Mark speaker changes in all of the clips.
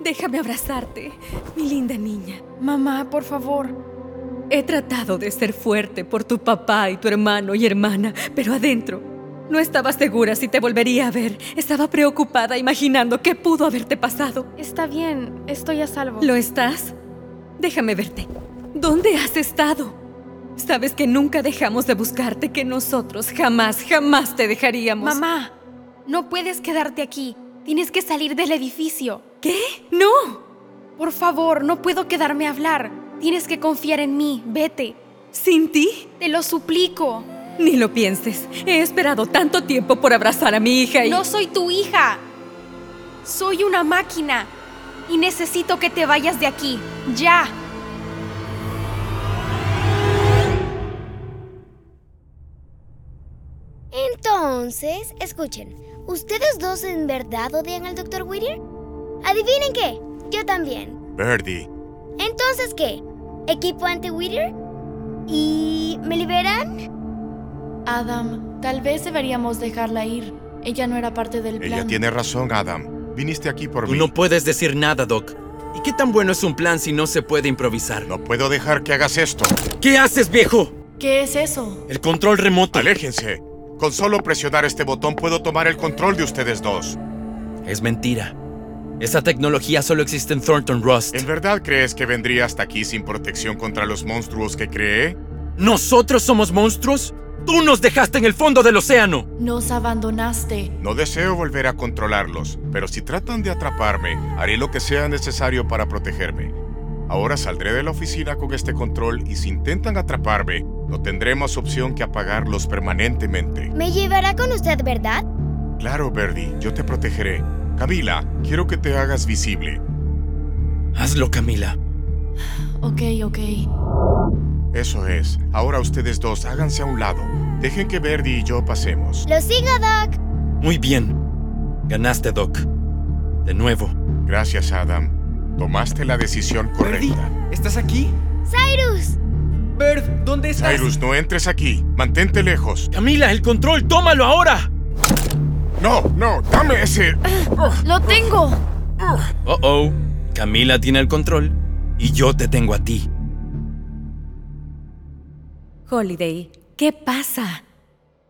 Speaker 1: déjame abrazarte, mi linda niña.
Speaker 2: Mamá, por favor.
Speaker 1: He tratado de ser fuerte por tu papá y tu hermano y hermana, pero adentro no estaba segura si te volvería a ver. Estaba preocupada imaginando qué pudo haberte pasado.
Speaker 2: Está bien, estoy a salvo.
Speaker 1: ¿Lo estás? Déjame verte. ¿Dónde has estado? Sabes que nunca dejamos de buscarte, que nosotros jamás, jamás te dejaríamos.
Speaker 2: Mamá, no puedes quedarte aquí. Tienes que salir del edificio.
Speaker 1: ¿Qué? No.
Speaker 2: Por favor, no puedo quedarme a hablar. Tienes que confiar en mí. Vete.
Speaker 1: ¿Sin ti?
Speaker 2: Te lo suplico.
Speaker 1: Ni lo pienses. He esperado tanto tiempo por abrazar a mi hija y...
Speaker 2: No soy tu hija. Soy una máquina. Y necesito que te vayas de aquí. Ya.
Speaker 3: Entonces, escuchen. ¿Ustedes dos en verdad odian al Dr. Whittier? ¿Adivinen qué? Yo también.
Speaker 4: Birdie.
Speaker 3: Entonces, ¿qué? ¿Equipo anti-Whittier? ¿Y me liberan?
Speaker 5: Adam, tal vez deberíamos dejarla ir. Ella no era parte del plan.
Speaker 4: Ella tiene razón, Adam. Viniste aquí por
Speaker 6: Tú
Speaker 4: mí.
Speaker 6: no puedes decir nada, Doc. ¿Y qué tan bueno es un plan si no se puede improvisar?
Speaker 4: No puedo dejar que hagas esto.
Speaker 6: ¿Qué haces, viejo?
Speaker 5: ¿Qué es eso?
Speaker 6: El control remoto.
Speaker 4: Aléjense. Con solo presionar este botón puedo tomar el control de ustedes dos.
Speaker 6: Es mentira. Esa tecnología solo existe en Thornton Rust.
Speaker 4: ¿En verdad crees que vendría hasta aquí sin protección contra los monstruos que creé?
Speaker 6: ¿Nosotros somos monstruos? ¡Tú nos dejaste en el fondo del océano!
Speaker 5: Nos abandonaste.
Speaker 4: No deseo volver a controlarlos, pero si tratan de atraparme, haré lo que sea necesario para protegerme. Ahora saldré de la oficina con este control y si intentan atraparme, no tendré más opción que apagarlos permanentemente.
Speaker 3: Me llevará con usted, ¿verdad?
Speaker 4: Claro, Verdi, yo te protegeré. Camila, quiero que te hagas visible.
Speaker 6: Hazlo, Camila.
Speaker 5: Ok, ok.
Speaker 4: Eso es. Ahora ustedes dos háganse a un lado. Dejen que Verdi y yo pasemos.
Speaker 3: Lo sigo, Doc.
Speaker 6: Muy bien. Ganaste, Doc. De nuevo.
Speaker 4: Gracias, Adam. Tomaste la decisión
Speaker 7: Birdie,
Speaker 4: correcta.
Speaker 7: ¿estás aquí?
Speaker 3: Cyrus.
Speaker 7: Bird, ¿dónde estás?
Speaker 4: Cyrus, no entres aquí. Mantente lejos.
Speaker 6: Camila, el control, tómalo ahora.
Speaker 4: No, no, dame ese.
Speaker 5: ¡Lo tengo!
Speaker 6: Oh, oh. Camila tiene el control y yo te tengo a ti.
Speaker 1: Holiday, ¿qué pasa?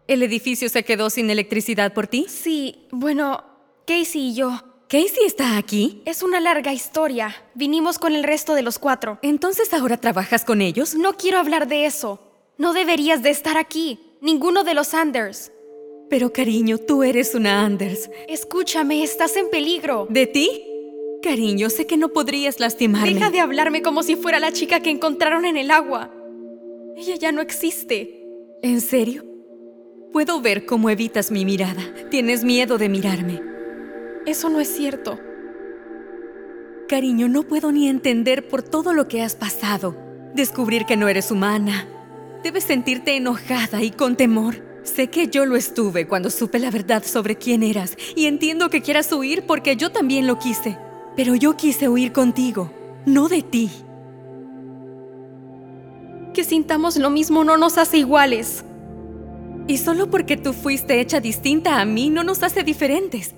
Speaker 1: ¿El edificio se quedó sin electricidad por ti?
Speaker 2: Sí, bueno, Casey y yo.
Speaker 1: ¿Casey está aquí?
Speaker 2: Es una larga historia. Vinimos con el resto de los cuatro.
Speaker 1: ¿Entonces ahora trabajas con ellos?
Speaker 2: No quiero hablar de eso. No deberías de estar aquí. Ninguno de los Anders.
Speaker 1: Pero cariño, tú eres una Anders.
Speaker 2: Escúchame, estás en peligro.
Speaker 1: ¿De ti? Cariño, sé que no podrías lastimarme.
Speaker 2: Deja de hablarme como si fuera la chica que encontraron en el agua. Ella ya no existe.
Speaker 1: ¿En serio? Puedo ver cómo evitas mi mirada. Tienes miedo de mirarme.
Speaker 2: Eso no es cierto.
Speaker 1: Cariño, no puedo ni entender por todo lo que has pasado. Descubrir que no eres humana. Debes sentirte enojada y con temor. Sé que yo lo estuve cuando supe la verdad sobre quién eras y entiendo que quieras huir porque yo también lo quise. Pero yo quise huir contigo, no de ti.
Speaker 2: Que sintamos lo mismo no nos hace iguales.
Speaker 1: Y solo porque tú fuiste hecha distinta a mí no nos hace diferentes.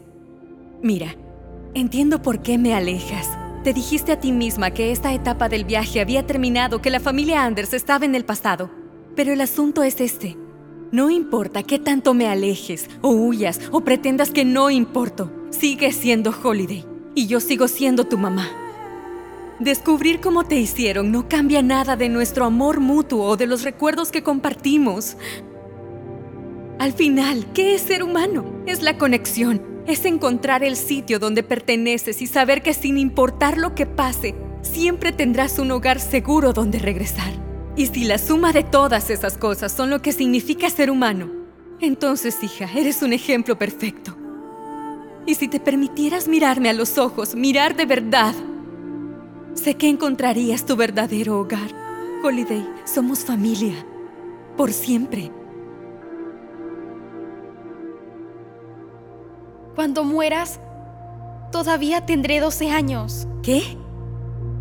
Speaker 1: Mira, entiendo por qué me alejas. Te dijiste a ti misma que esta etapa del viaje había terminado, que la familia Anders estaba en el pasado. Pero el asunto es este. No importa qué tanto me alejes, o huyas, o pretendas que no importo, sigues siendo Holiday. Y yo sigo siendo tu mamá. Descubrir cómo te hicieron no cambia nada de nuestro amor mutuo o de los recuerdos que compartimos. Al final, ¿qué es ser humano? Es la conexión, es encontrar el sitio donde perteneces y saber que sin importar lo que pase, siempre tendrás un hogar seguro donde regresar. Y si la suma de todas esas cosas son lo que significa ser humano, entonces, hija, eres un ejemplo perfecto. Y si te permitieras mirarme a los ojos, mirar de verdad, sé que encontrarías tu verdadero hogar. Holiday, somos familia. Por siempre.
Speaker 2: Cuando mueras, todavía tendré 12 años.
Speaker 1: ¿Qué?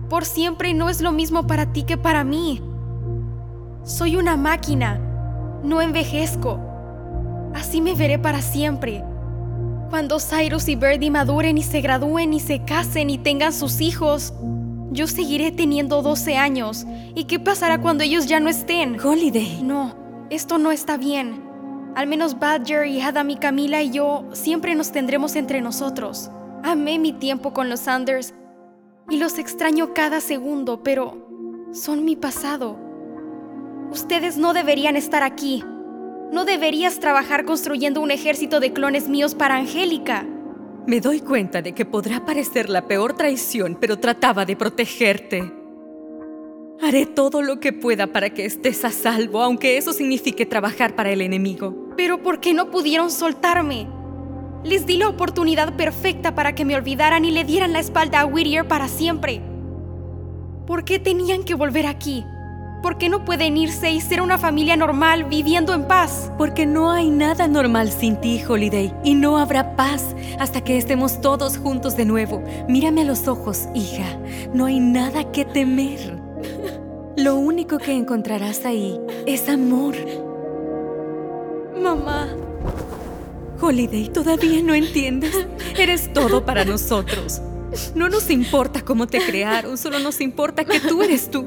Speaker 2: Por siempre no es lo mismo para ti que para mí. Soy una máquina. No envejezco. Así me veré para siempre. Cuando Cyrus y Birdie maduren y se gradúen y se casen y tengan sus hijos, yo seguiré teniendo 12 años. ¿Y qué pasará cuando ellos ya no estén?
Speaker 1: Holiday.
Speaker 2: No, esto no está bien. Al menos Badger y Adam y Camila y yo siempre nos tendremos entre nosotros. Amé mi tiempo con los Sanders y los extraño cada segundo, pero son mi pasado. Ustedes no deberían estar aquí. No deberías trabajar construyendo un ejército de clones míos para Angélica.
Speaker 1: Me doy cuenta de que podrá parecer la peor traición, pero trataba de protegerte. Haré todo lo que pueda para que estés a salvo, aunque eso signifique trabajar para el enemigo.
Speaker 2: Pero ¿por qué no pudieron soltarme? Les di la oportunidad perfecta para que me olvidaran y le dieran la espalda a Whittier para siempre. ¿Por qué tenían que volver aquí? ¿Por qué no pueden irse y ser una familia normal viviendo en paz?
Speaker 1: Porque no hay nada normal sin ti, Holiday, y no habrá paz hasta que estemos todos juntos de nuevo. Mírame a los ojos, hija. No hay nada que temer. Lo único que encontrarás ahí es amor.
Speaker 2: Mamá,
Speaker 1: Holiday, todavía no entiendes. Eres todo para nosotros. No nos importa cómo te crearon, solo nos importa que tú eres tú.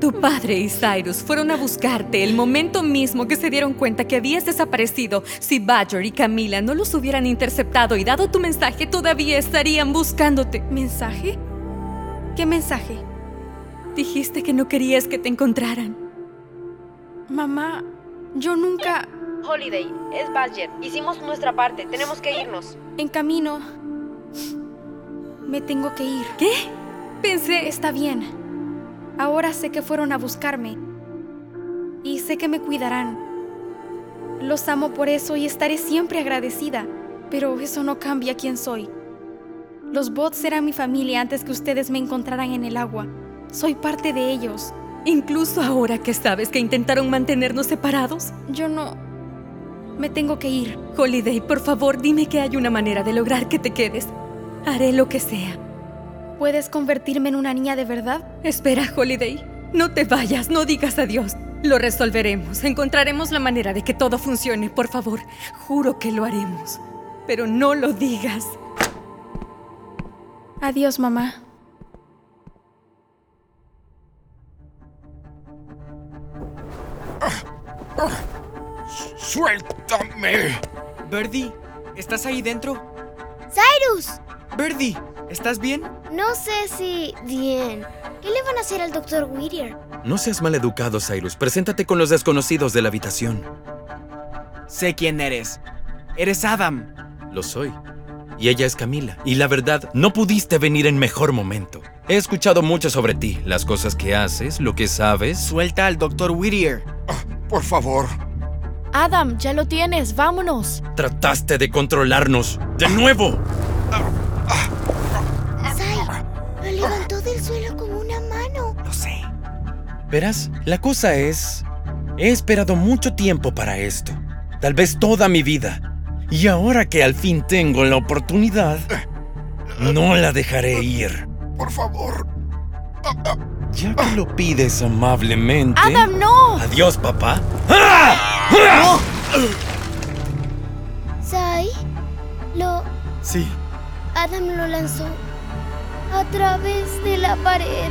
Speaker 1: Tu padre y Cyrus fueron a buscarte el momento mismo que se dieron cuenta que habías desaparecido. Si Badger y Camila no los hubieran interceptado y dado tu mensaje, todavía estarían buscándote.
Speaker 2: ¿mensaje? ¿Qué mensaje?
Speaker 1: Dijiste que no querías que te encontraran.
Speaker 2: Mamá, yo nunca...
Speaker 8: Holiday, es Badger. Hicimos nuestra parte. Tenemos que irnos.
Speaker 2: En camino... Me tengo que ir.
Speaker 1: ¿Qué? Pensé,
Speaker 2: Está bien. Ahora sé que fueron a buscarme. Y sé que me cuidarán. Los amo por eso y estaré siempre agradecida. Pero eso no cambia quién soy. Los bots eran mi familia antes que ustedes me encontraran en el agua. Soy parte de ellos.
Speaker 1: incluso ahora que sabes que intentaron mantenernos separados.
Speaker 2: Yo no... Me tengo que ir.
Speaker 1: Holiday, por favor, dime que hay una manera de lograr que te quedes. Haré lo que sea.
Speaker 2: ¿Puedes convertirme en una niña de verdad?
Speaker 1: Espera, Holiday. No te vayas, no digas adiós. Lo resolveremos. Encontraremos la manera de que todo funcione, por favor. Juro que lo haremos. Pero no lo digas.
Speaker 2: Adiós, mamá.
Speaker 4: ¡Suéltame!
Speaker 7: Birdie, ¿estás ahí dentro?
Speaker 3: ¡Cyrus!
Speaker 7: Birdie, ¿estás bien?
Speaker 3: No sé si... Bien. ¿Qué le van a hacer al Dr. Whittier?
Speaker 6: No seas maleducado, Cyrus. Preséntate con los desconocidos de la habitación.
Speaker 7: Sé quién eres. Eres Adam.
Speaker 6: Lo soy. Y ella es Camila. Y la verdad, no pudiste venir en mejor momento. He escuchado mucho sobre ti, las cosas que haces, lo que sabes.
Speaker 7: Suelta al Dr. Whittier.
Speaker 4: Por favor.
Speaker 5: Adam, ya lo tienes, vámonos.
Speaker 6: Trataste de controlarnos. ¡De nuevo!
Speaker 3: Lo levantó del suelo con una mano.
Speaker 7: Lo sé.
Speaker 6: Verás, la cosa es... He esperado mucho tiempo para esto. Tal vez toda mi vida. Y ahora que al fin tengo la oportunidad, no la dejaré ir.
Speaker 4: Por favor.
Speaker 6: Ya que lo pides amablemente...
Speaker 5: Ah, Adam, no.
Speaker 6: Adiós, papá.
Speaker 3: Sai, lo...
Speaker 7: Sí.
Speaker 3: Adam lo lanzó a través de la pared.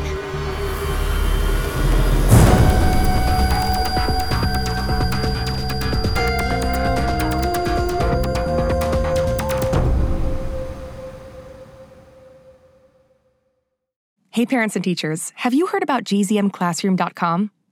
Speaker 9: Hey, parents and teachers, have you heard about gzmclassroom.com?